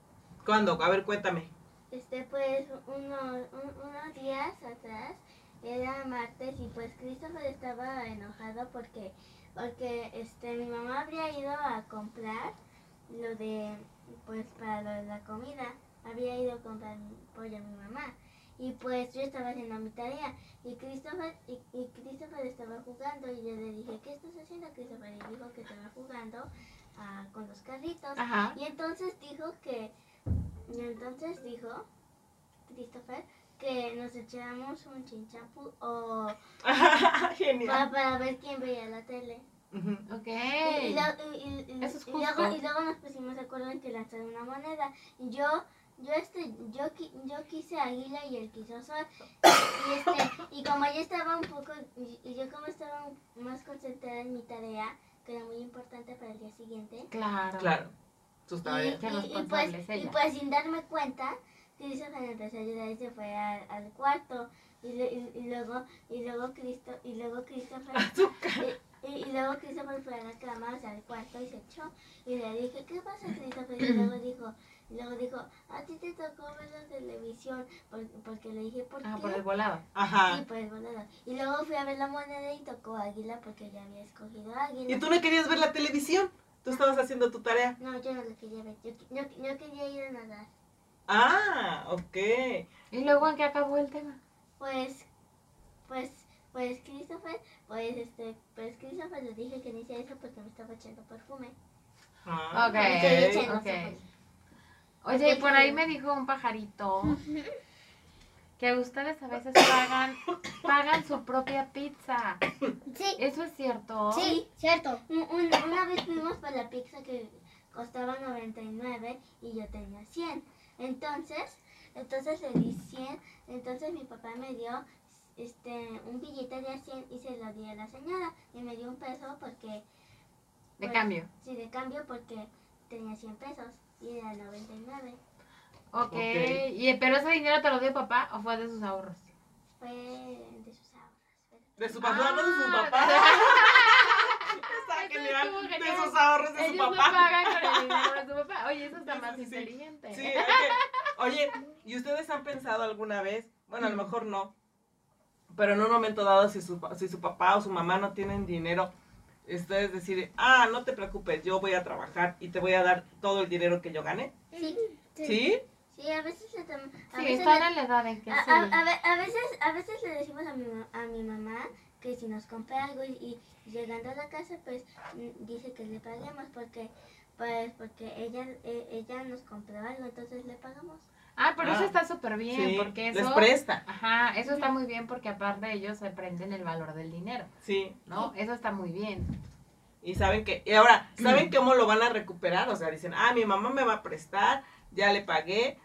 ¿Cuándo? A ver, cuéntame.
Este, pues, unos, un- unos días atrás, era martes, y pues Christopher estaba enojado porque, porque este, mi mamá habría ido a comprar lo de, pues, para lo de la comida. Había ido a comprar pollo a mi mamá. Y pues yo estaba haciendo mi tarea y Christopher, y, y Christopher estaba jugando y yo le dije, ¿qué estás haciendo Christopher? Y dijo que estaba jugando ah, con los carritos.
Ajá.
Y entonces dijo que. Y entonces dijo Christopher que nos echáramos un chinchampú o Ah,
Genial.
Ah.
pa- para ver quién veía la tele.
Ujú.
Ok.
Y, y lo- y- y- y-
Eso es
y
justo.
luego, y luego nos pusimos de acuerdo en que lanzar una moneda. Y yo, yo este, yo qui- yo quise águila y él quiso sol. Y este, y como yo estaba un poco, y, y yo como estaba un- más concentrada en mi tarea, que era muy importante para el día siguiente,
Claro.
Claro. Sus tareas.
Qué responsable
pues,
es ella.
y pues sin darme cuenta, Christopher empezó a llorar y se fue a- al cuarto. Y, lu- y- y luego, y luego Cristo, y luego Christopher, y, y- y luego Christopher fue a la cama, o sea, al cuarto y se echó. Y le dije, ¿qué pasa Christopher? Y luego dijo, y luego dijo, a ti te tocó ver la televisión, por- porque le dije, ¿por
Ah,
qué?
por el volado.
Sí,
Ajá.
por el volado. Y luego fui a ver la moneda y tocó águila porque ya había escogido
pues,
águila.
¿Y tú no querías ver la televisión? Tú estabas haciendo tu tarea.
No, yo no lo quería ver, yo, qui- yo, yo quería ir a nadar.
Ah, ok.
Y luego en qué acabó el tema.
Pues, pues, pues Christopher, pues este, pues Christopher le dije que no hice eso porque me estaba echando perfume.
Ah,
Ok.
Y se lo eché en los
ok.
ojos.
Oye, y por ahí me dijo un pajarito que ustedes a veces pagan, pagan su propia pizza.
sí,
¿Eso es cierto?
sí, cierto.
Un- un- una vez fuimos para la pizza que costaba 99 y yo tenía 100. Entonces, entonces le di 100, entonces mi papá me dio este un billete de a 100 y se lo di a la señora y me dio un peso porque
De cambio.
sí de cambio porque tenía 100 pesos y era 99.
Ok.
Ok.
Y, ¿Pero ese dinero te lo dio papá o fue de sus ahorros?
fue de sus ahorros.
De sus ahorros de su
Ah.
papá. O sea,
Eso
general,
estuvo
de
genial.
sus ahorros de su
Ellos no
papá.
pagan con el dinero de su papá. Oye, eso está
Sí,
más
sí, sí.
inteligente. ¿eh?
Sí, hay que- oye, ¿y ustedes han pensado alguna vez? Bueno, a
Mm.
lo mejor no, pero en un momento dado, si su, pa- si su papá o su mamá no tienen dinero, ustedes decir, ah, no te preocupes, yo voy a trabajar y te voy a dar todo el dinero que yo gane.
Sí,
¿Sí?
sí, a veces le tom- a
Sí,
veces
están
le-
en la edad en que
a,
sí.
a- a ve- a veces, a veces le decimos a mi, ma- a mi mamá que si nos compra algo y, y llegando a la casa pues mm, dice que le paguemos porque pues porque ella eh, ella nos compró algo entonces le pagamos
Ah, pero eso
Ah.
está súper bien,
Sí,
porque
les
eso...
presta.
Ajá, eso está muy bien porque aparte ellos aprenden el valor del dinero,
Sí,
¿no? Eso está muy bien.
y saben que, y ahora, ¿saben cómo lo van a recuperar? O sea, dicen, ah, mi mamá me va a prestar, ya le pagué,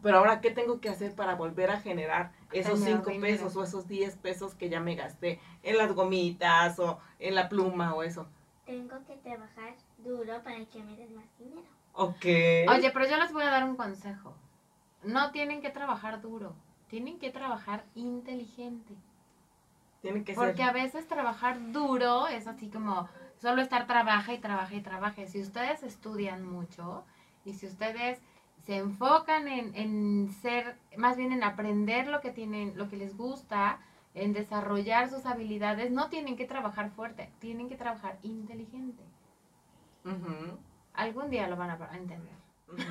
pero ahora, ¿qué tengo que hacer para volver a generar esos
Generar
cinco
dinero.
pesos o esos 10 pesos que ya me gasté en las gomitas o en la pluma o eso?
tengo que trabajar duro para que me den más dinero
Ok.
Oye, pero yo les voy a dar un consejo. No tienen que trabajar duro, tienen que trabajar inteligente.
Tienen que ser.
Porque a veces trabajar duro es así como solo estar trabaja y trabaja y trabaja. Si ustedes estudian mucho y si ustedes se enfocan en, en ser, más bien en aprender lo que tienen, lo que les gusta, en desarrollar sus habilidades, no tienen que trabajar fuerte, tienen que trabajar inteligente.
Ujú,
Algún día lo van a a entender.
ujú.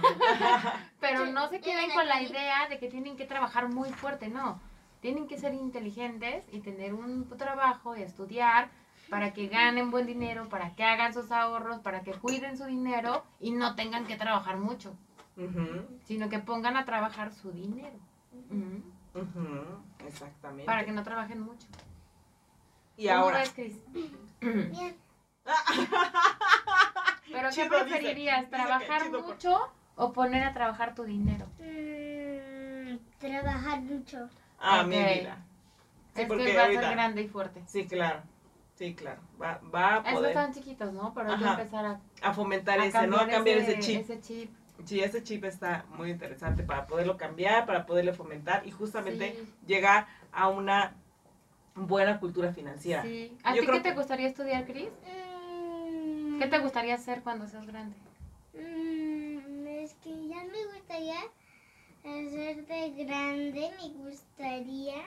Pero
Sí,
no se
ya
queden
la
con la
entendí.
idea de que tienen que trabajar muy fuerte, no. Tienen que ser inteligentes y tener un trabajo y estudiar para que ganen buen dinero, para que hagan sus ahorros, para que cuiden su dinero y no tengan que trabajar mucho,
Ujú,
sino que pongan a trabajar su dinero. Ujú.
ujú, Exactamente.
Para que no trabajen mucho.
Y
¿Cómo
ahora.
ves, Cris? ¿Pero
Bien,
qué
Chido, dice.
preferirías,
Dice que
trabajar
chido, por-
mucho o poner a trabajar tu dinero?
mm, trabajar mucho.
Ah,
Ok.
mi vida. Sí,
es
porque
que va a
ahorita-
ser grande y fuerte.
Sí, claro. Sí, claro. Va, va a
Es que
poder
están chiquitos, ¿no? Pero hay que
Ajá.
empezar a
a fomentar ese, ¿no? A cambiar ese chip.
ese chip.
Sí, ese chip está muy interesante para poderlo cambiar, para poderle fomentar y justamente
Sí.
llegar a una buena cultura financiera.
Sí. ¿A
Yo
ti
creo
qué te
que-
gustaría estudiar, Cris?
Mm,
¿Qué te gustaría hacer cuando seas grande?
Mm, es que ya me gustaría ser de grande, me gustaría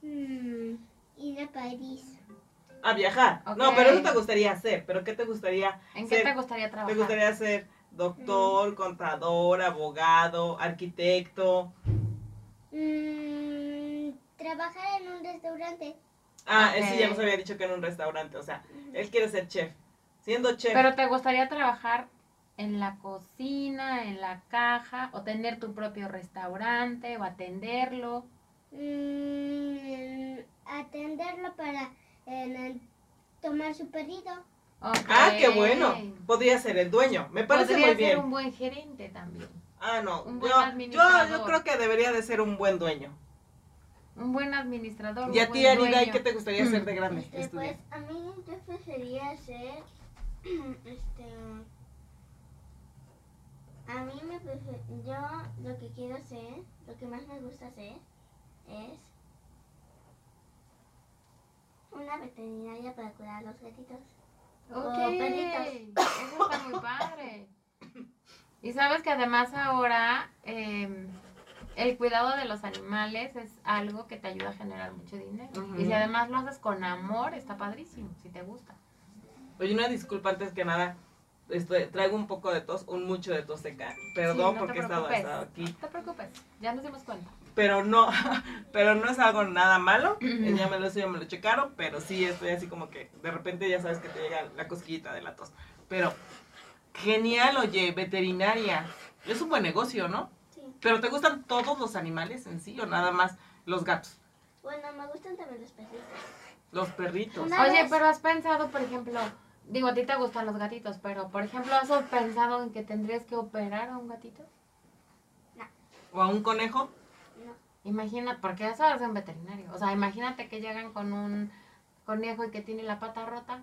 mm, ir a París.
A viajar.
Ok.
No, pero eso te gustaría hacer. ¿Pero qué te gustaría?
¿En qué
ser?
te gustaría trabajar? Mm.
¿Te gustaría ser doctor, contador, abogado, arquitecto?
Mm, trabajar en un restaurante.
Ah,
Ok. Mm.
ese ya nos había dicho que en un restaurante. O sea, él quiere ser chef. Siendo chef.
Pero te gustaría trabajar en la cocina, en la caja, o tener tu propio restaurante, o atenderlo.
Mm, atenderlo para eh, tomar su pedido.
Ok.
Ah, qué bueno. Podría ser el dueño. Me parece
Podría
muy
ser
bien.
un buen gerente también.
Ah, no.
un
yo,
buen
yo, yo
administrador.
creo que debería de ser un buen dueño.
Un buen administrador. un
¿Y a ti,
buen
Arida,
dueño.
qué te gustaría ser de grande?
Este,
Estudiar.
pues a mí yo prefería ser, este, a mí me prefe- yo lo que quiero hacer, lo que más me gusta hacer es una veterinaria para cuidar a los gatitos.
Ok,
O perritos.
Oh, eso está muy padre. Y sabes que además ahora eh, el cuidado de los animales es algo que te ayuda a generar mucho dinero.
Ujú.
Y si además lo haces con amor, está padrísimo, si te gusta. pues,
Oye, una disculpa antes que nada. Estoy, traigo un poco de tos, un mucho de tos seca. Perdón
Sí, no te
porque he estado, he
preocupes.
estado
No
aquí.
te preocupes, ya nos dimos cuenta.
Pero no, pero no es algo nada malo. Eh, Ya me lo, eso ya me lo checaron, pero sí estoy así como que de repente ya sabes que te llega la cosquillita de la tos. Pero genial, oye, veterinaria. Es un buen negocio, ¿no?
Sí.
Pero ¿te gustan todos los animales en sí o nada más los gatos,
Bueno, me gustan también los perritos.
los perritos?
Una
Oye,
vez-
pero has pensado, por ejemplo, digo, a ti te gustan los gatitos, pero por ejemplo, ¿has pensado en que tendrías que operar a un gatito?
¿O a un conejo?
No,
Imagina, porque eso hace un veterinario. O sea, imagínate que llegan con un conejo y que tiene la pata rota.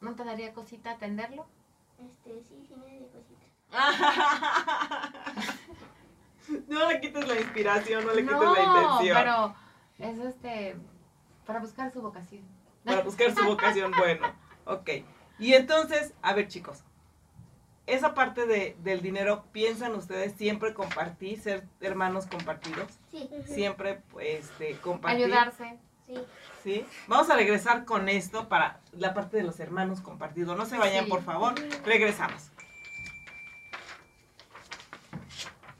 ¿No te daría cosita atenderlo?
este, sí, sí me dio cosita.
No le quites la inspiración, no le quites la
No,
intención.
pero es este para buscar su vocación.
Para buscar su vocación, bueno. Ok. Y entonces, a ver chicos, esa parte de, del dinero, ¿piensan ustedes siempre compartir, ser hermanos compartidos?
Sí,
Siempre este, compartir.
Ayudarse.
sí.
¿sí? Vamos a regresar con esto para la parte de los hermanos compartidos. No se vayan,
Sí.
por favor. Regresamos.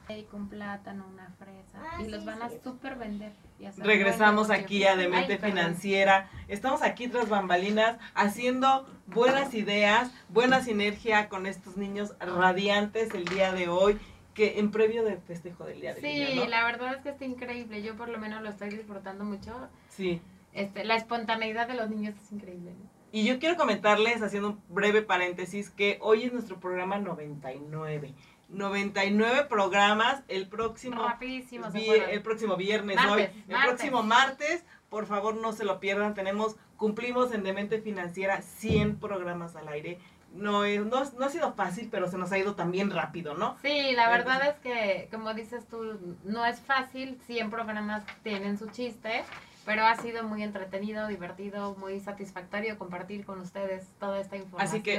Y con plátano, una fresa.
Ah,
y los
sí,
van a
sí.
super vender. y hacer
Regresamos
buen
aquí
negocio.
a Demente
Ay, perdón.
Financiera. Estamos aquí tras bambalinas haciendo buenas ideas, buena sinergia con estos niños radiantes el día de hoy, que en previo del festejo del Día del
Sí,
Niño, ¿no?
la verdad es que está increíble. Yo por lo menos lo estoy disfrutando mucho.
Sí.
Este, la espontaneidad de los niños es increíble. ¿no?
Y yo quiero comentarles, haciendo un breve paréntesis, que hoy es nuestro programa 99. 99 programas. El próximo
Rapidísimo se
Vi-
fueron.
el próximo viernes,
Martes,
hoy, el
martes.
próximo martes, por favor no se lo pierdan, tenemos, cumplimos en Demente Financiera 100 programas al aire, no, es- no, no ha sido fácil, pero se nos ha ido también rápido, ¿no?
Sí, la verdad es que, como dices tú, no es fácil. 100 programas tienen su chiste, pero ha sido muy entretenido, divertido, muy satisfactorio compartir con ustedes toda esta información.
Así que,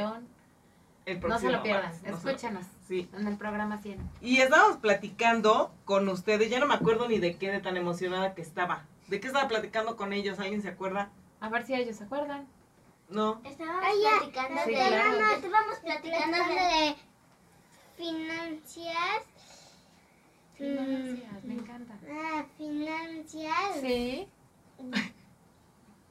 El
no se
próximo
lo pierdan,
martes, no se lo-
escúchenos
Sí,
en el programa 100.
y estábamos platicando con ustedes, ya no me acuerdo ni de qué de tan emocionada que estaba, de qué estaba platicando con ellos, ¿alguien se acuerda?
A ver si ellos se acuerdan.
No,
Estábamos
Ay, ya,
platicando
sí,
de...
claro.
no, estábamos platicando
Tratando
de...
de financias.
Gracias, me encanta.
Ah, financias
Sí.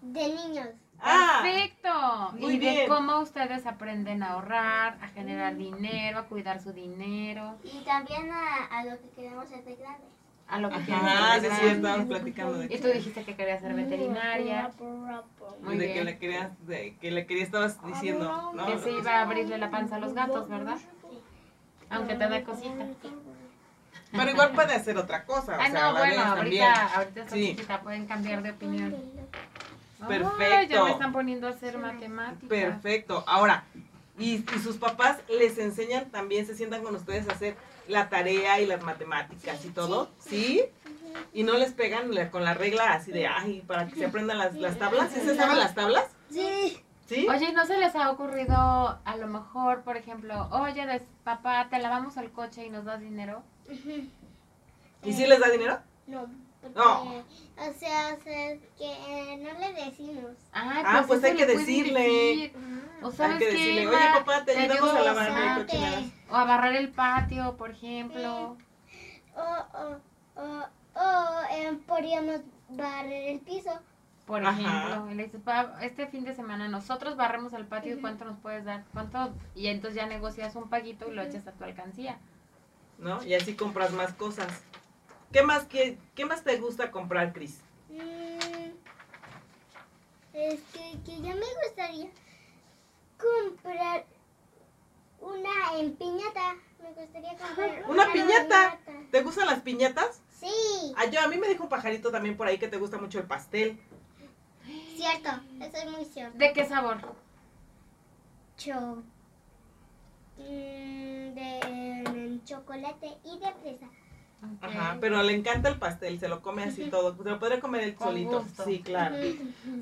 de niños.
ah,
Perfecto.
Muy
y de
bien.
cómo ustedes aprenden a ahorrar, a generar dinero, a cuidar su dinero,
Y también a, a lo que queremos hacer de grandes.
a lo que quieran
ajá, sí,
lograr.
sí, estábamos platicando de
Y tú dijiste que querías ser veterinaria, muy
de que
bien. Ah,
le querías, de que le querías, estabas diciendo, ¿no?
que se iba a abrirle la panza a los gatos, ¿verdad? Aunque te da cosita.
Pero igual puede hacer otra cosa.
Ah,
o Ah, sea,
no,
la
bueno,
ves también.
ahorita, ahorita está
Sí.
chiquita, pueden cambiar de opinión. Ay, ya
Perfecto.
me están poniendo a hacer matemáticas.
Perfecto. Ahora, y, y sus papás les enseñan también, se sientan con ustedes a hacer la tarea y las matemáticas y todo, ¿sí? Y no les pegan la- con la regla así de, ay, para que se aprendan las, las tablas. ¿Sí se saben las tablas?
Sí.
¿Sí?
Oye, ¿no se les ha ocurrido a lo mejor, por ejemplo, oye, des- papá, te lavamos el coche y nos das dinero?
¿Y si les da dinero?
No, porque,
No.
o sea, o sea, que eh, no le decimos.
Ay,
Ah, pues
eso
hay que
le puedes
decirle.
decir. O sabes
Hay que
qué,
decirle,
Ma?
oye, papá, te ayudamos a
ayudo
lavar
usar-
mi coche.
O a barrer el patio, por ejemplo.
O, o, o, o oh, eh, podríamos barrer el piso.
Por
Ajá.
ejemplo, y le dices, "Pa, este fin de semana nosotros barremos el patio, ¿cuánto nos puedes dar? ¿Cuánto? Y entonces ya negocias un paguito y lo echas a tu alcancía.
¿No? Y así compras más cosas. ¿Qué más, qué, qué más te gusta comprar, Cris?
Mm, es que, que yo me gustaría comprar una empiñata. Me gustaría comprar
¿Una piñata?
piñata.
¿Te gustan las piñatas?
Sí,
Ah, yo, a mí me dijo un pajarito también por ahí que te gusta mucho el pastel.
cierto, eso es muy cierto.
¿De qué sabor?
Mm, de mm, chocolate y de fresa.
Ok.
Ajá, pero le encanta el pastel, se lo come así todo. Se lo podría comer él
Con
solito.
gusto.
Sí, claro.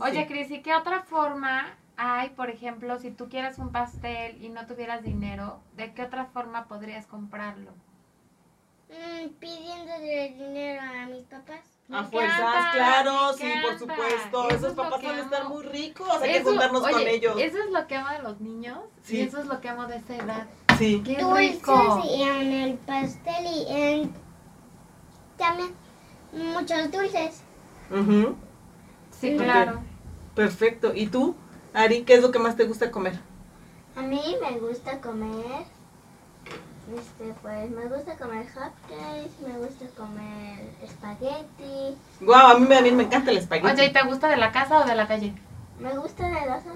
Oye,
Sí.
Cris, ¿y qué otra forma hay, por ejemplo, si tú quieres un pastel y no tuvieras dinero, ¿de qué otra forma podrías comprarlo?
Mm, pidiéndole dinero a mis papás.
Me
A fuerzas,
encanta,
claro,
me
sí, por
encanta.
supuesto.
Eso
Esos
es lo
papás
que
van a estar
amo.
muy ricos. Hay que
Eso-
juntarnos con
oye,
ellos.
Eso es lo que amo de los niños
Sí.
y eso es lo que amo de esta edad.
Sí.
¡Qué
Dulces
rico!
y en el pastel y en también muchos dulces.
Ujú,
Sí, claro.
Perfecto. ¿Y tú, Ari, qué es lo que más te gusta comer?
A mí me gusta comer, este, pues me gusta comer hotcakes, me gusta comer espagueti,
Guau, a mí también me encanta el espagueti.
Oye, ¿y te gusta de la casa o de la calle?
me gusta de los dos.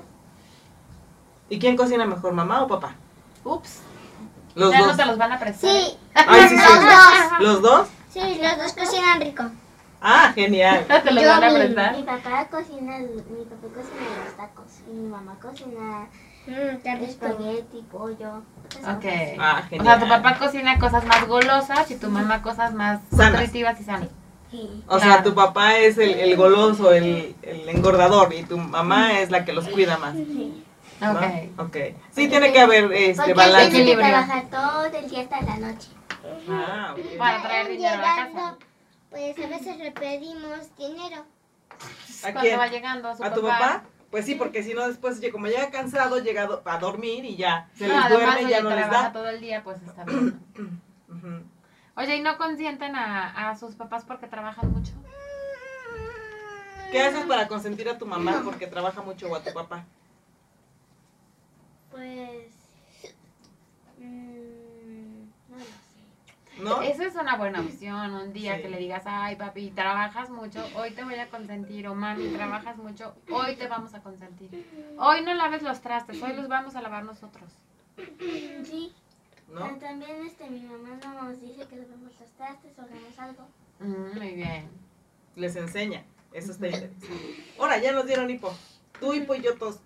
¿Y quién cocina mejor, mamá o papá?
Ups,
Los
ya no
dos.
te los van a prestar.
Sí,
Ay, sí, sí.
los dos.
¿Los dos?
Sí, los dos cocinan rico.
Ah, genial.
No te los
Yo
van a
mi-
prestar.
Mi papá cocina, mi papá cocina los tacos y mi mamá cocina
Mm, qué rico.
espagueti, pollo. esas
Ok.
Ah,
O
genial.
sea, tu papá cocina cosas más golosas y tu mamá cosas más
Sanas.
nutritivas y sanas.
cosas. Sí.
O sea, tu papá es el, el goloso, el, el engordador, y tu mamá es la que los cuida más. ¿no?
Ok.
Ok. Sí, tiene que haber
Porque
este
él
balance.
tiene que
Equilibrio.
trabajar todo el día hasta la noche.
Ah, ok.
Para traer dinero a la casa.
Pues a veces le pedimos dinero.
¿A
Cuando
quién?
va llegando su
¿A tu papá? Pues sí, porque si no después, oye, como llega cansado, llega a do- a dormir y ya se
No,
les
además,
duerme y ya
oye,
no les
trabaja
da.
todo el día, pues está bien.
Ujú.
Oye, ¿y no consienten a, a sus papás porque trabajan mucho?
¿Qué haces para consentir a tu mamá porque trabaja mucho o a tu papá?
Pues. mm, no lo sé.
¿No?
Esa es una buena opción, un día
Sí.
que le digas, ay papi, trabajas mucho, hoy te voy a consentir, o mami, trabajas mucho, hoy te vamos a consentir. Hoy no laves los trastes, hoy los vamos a lavar nosotros.
Sí,
¿No?
pero también este, mi mamá nos dice que lavemos los trastes o hagamos algo.
Mm, muy bien.
Les enseña. Eso está interesante. Ahora, ya nos dieron hipo. Tú hipo y yo tos.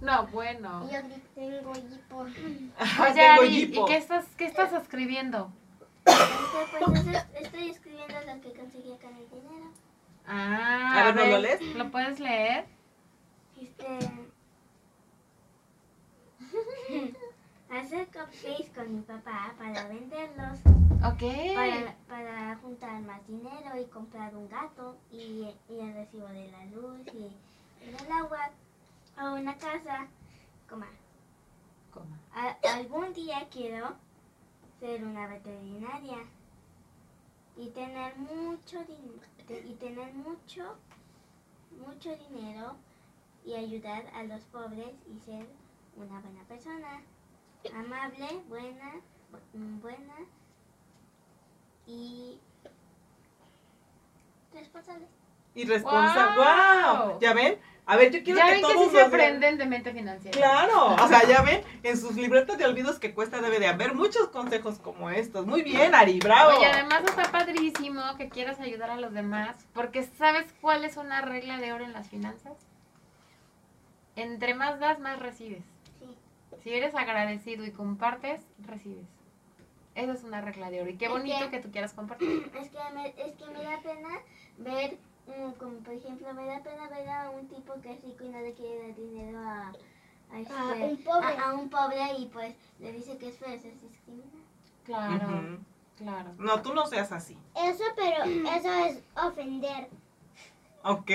No, bueno.
Yo tengo hipo.
Oye,
Tengo
Ari, ¿y
hipo.
qué estás, qué estás escribiendo?
Este, pues eso- estoy escribiendo lo que conseguí con el dinero.
Ah,
A ver, ¿no lo lees?
¿Lo puedes leer?
Este. Hacer cupcakes con mi papá para venderlos,
Ok.
para, para juntar más dinero y comprar un gato y, y el recibo de la luz y del agua o una casa. Coma.
Coma.
A- algún día quiero ser una veterinaria y tener mucho dinero y tener mucho mucho dinero y ayudar a los pobres y ser una buena persona amable buena bu- mm, buena y responsable
Irresponsable.
¡Guau!
¡Wow! ¿Ya ven? A ver, yo quiero
Ya
que
ven que
todos
sí se
los lean.
aprenden de mente financiera.
Claro, o sea, ya ven, en sus libretas de olvidos que cuesta debe de haber muchos consejos como estos. Muy bien, Ari, bravo.
Oye, además está padrísimo que quieras ayudar a los demás, porque ¿sabes cuál es una regla de oro en las finanzas? Entre más das, más recibes.
Sí.
Si eres agradecido y compartes, recibes. Esa es una regla de oro. Y qué
Es
bonito
que-
que tú quieras compartir.
Es que me, es que me da pena ver, mm, como por ejemplo, me da pena ver a un tipo que es rico y no le quiere dar dinero a, a, este-
A un Ah, pobre.
a- a un pobre y pues le dice que es feo, eso es discriminar.
Claro,
Ujú.
claro.
No, tú no seas así.
Eso, pero eso es ofender.
Ok.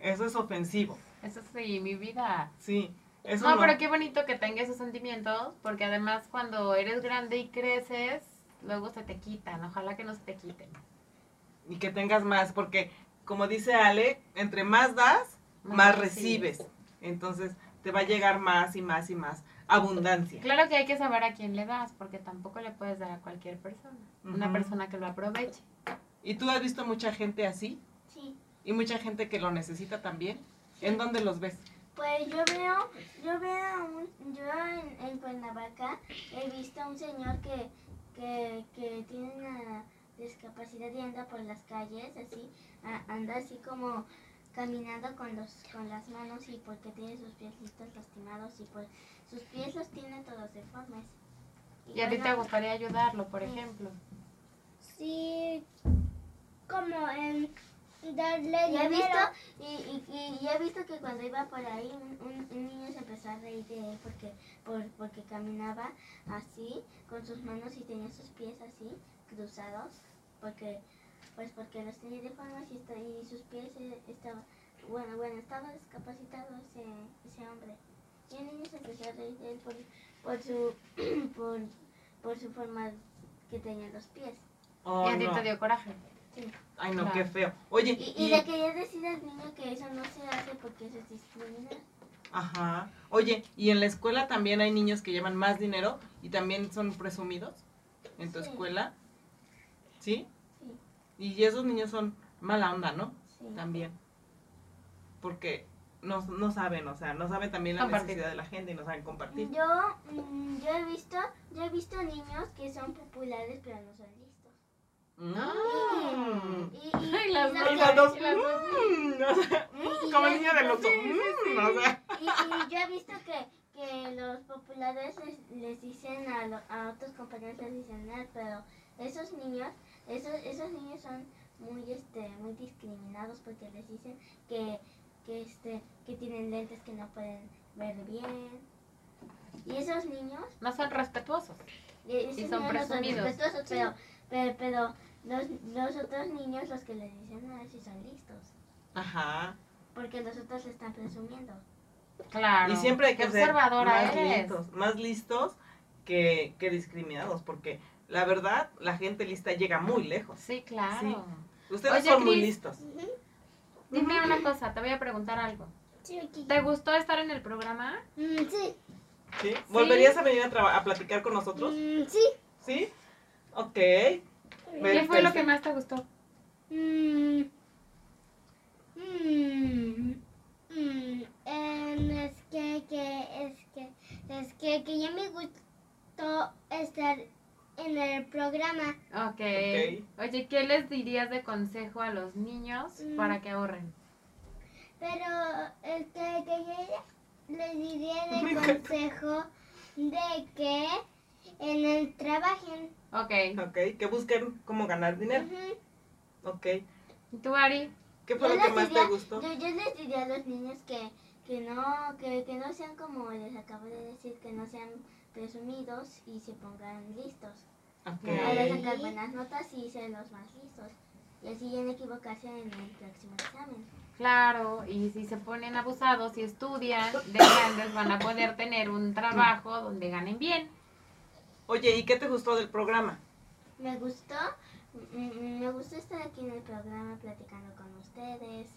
Eso es ofensivo.
Eso sí, mi vida.
Sí. Eso
No,
no.
pero qué bonito que tenga esos sentimientos, porque además cuando eres grande y creces, luego se te quitan. Ojalá que no se te quiten.
Y que tengas más, porque como dice Ale, entre más das, más recibes. Entonces te va a llegar más y más y más abundancia.
Claro que hay que saber a quién le das, porque tampoco le puedes dar a cualquier persona. Una
Ujú.
persona que lo aproveche.
¿Y tú has visto mucha gente así?
Sí.
Y mucha gente que lo necesita también. ¿En dónde los ves?
Pues yo veo, yo veo a un, yo en, en Cuernavaca he visto a un señor que, que, que tiene una discapacidad y anda por las calles así, a- anda así como caminando con los con las manos y porque tiene sus piecitos lastimados y pues sus pies los tiene todos deformes. pues
Y a ti te
bueno,
gustaría ayudarlo, por ejemplo.
Sí, como en darle
y he visto
dinero.
y, y, y- y he visto que cuando iba por ahí un, un- un niño se empezó a reír de él porque por- porque caminaba así con sus manos y tenía sus pies así cruzados porque pues porque los tenía deformes y, esta- y sus pies eh, estaban bueno bueno estaba discapacitado ese, ese hombre y el niño se empezó a reír de él por, por su por, por su forma que tenía los pies
Oh,
y a ti
no.
te dio coraje.
Ay, no,
Claro.
qué feo. Oye,
y, y le quería decir al niño que eso no se hace porque eso es discriminar
Ajá. Oye, ¿y en la escuela también hay niños que llevan más dinero y también son presumidos en tu
Sí.
escuela? ¿Sí?
Sí.
Y esos niños son mala onda, ¿no?
Sí.
También. Porque no, no saben, o sea, no saben también la
Compartir.
necesidad de la gente y no saben compartir.
Yo, mm, yo he visto, yo he visto niños que son populares pero no son listos.
Mm.
Y, y,
Ay, las
y
dos.
Y las dos,
Las dos.
mm, o sea, mm, como niña del oso, mm, o sea.
Y, y yo he visto que, que los populares les, les dicen a, lo- a otros compañeros tradicionales, pero esos niños, esos, esos niños son muy este muy discriminados porque les dicen que, que este que tienen lentes que no pueden ver bien. Y esos niños,
No son respetuosos.
y esos
Y son
niños no
presumidos.
respetuosos, pero, pero, pero los, los otros niños, los que les dicen a si son listos,
Ajá.
porque los otros le están presumiendo.
Claro.
Y siempre hay que
Qué
ser
observadora
más
eres.
listos, más listos que, que discriminados, porque la verdad, la gente lista llega muy lejos.
Sí, claro.
Sí. Ustedes
Oye,
son muy
Cris.
listos.
Dime una cosa, te voy a preguntar algo.
Sí, aquí.
¿Te gustó estar en el programa?
Mm, sí.
¿Sí? ¿Volverías a venir a, traba- a platicar con nosotros?
Mm, sí.
¿Sí? Ok.
¿Qué fue lo
Perfecto.
que más te gustó?
Mm, mm, mm, em, es que, que, es que, es que, que ya me gustó estar en el programa.
Okay. ok. Oye, ¿qué les dirías de consejo a los niños
Mm.
para que ahorren?
Pero es que, que yo les diría
Me
de
encanta.
consejo de que en el trabajen.
Ok.
Ok, que busquen cómo ganar dinero.
Ujú.
Ok.
¿Y tú, Ari?
¿Qué fue
Yo
lo que
les
más te
diría-
gustó?
Yo, yo les diría a los niños que, que no que, que no sean como les acabo de decir, que no sean presumidos y se pongan listos. Para
Ok.
Ay.
sacar buenas notas y ser los más listos. Y así ya no equivocarse en el próximo examen.
Claro, y si se ponen abusados y estudian, de grandes van a poder tener un trabajo donde ganen bien.
Oye, ¿y qué te gustó del programa?
Me gustó, mm, mm, me gustó estar aquí en el programa platicando con ustedes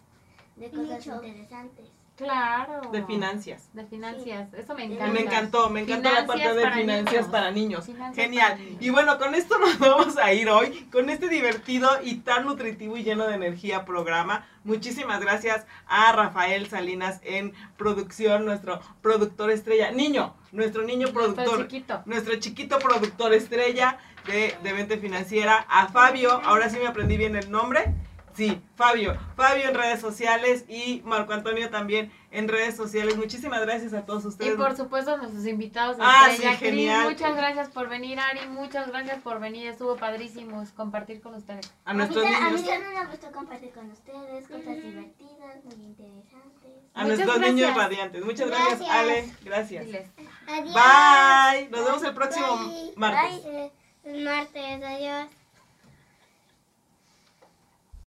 de cosas
Mucho.
interesantes.
Claro.
De finanzas.
De finanzas, eso me encanta.
Me encantó, me encantó la parte
Finanzas
de
para
finanzas
niños.
para niños.
Finanzas
Genial.
para niños.
Y bueno, con esto nos vamos a ir hoy, con este divertido y tan nutritivo y lleno de energía programa. Muchísimas gracias a Rafael Salinas en producción, nuestro productor estrella, niño, nuestro niño
Nuestro
productor.
chiquito.
Nuestro chiquito productor estrella de, de Mente Financiera, a Fabio, ahora sí me aprendí bien el nombre. Sí, Fabio. Fabio en redes sociales y Marco Antonio también en redes sociales. Muchísimas gracias a todos ustedes.
Y por supuesto nuestros invitados.
Ah,
estrella.
sí,
Cris,
genial.
Muchas gracias por venir, Ari. Muchas gracias por venir. Estuvo padrísimo compartir con ustedes.
a nuestros
mí, ta- a mí
niños.
también me gustó compartir con ustedes cosas divertidas, muy interesantes.
A
Muchas
nuestros niños
gracias.
radiantes. Muchas gracias,
Gracias.
Ale. Gracias.
Diles.
Adiós.
Bye. Nos vemos el próximo
Bye.
martes.
Eh, martes, adiós.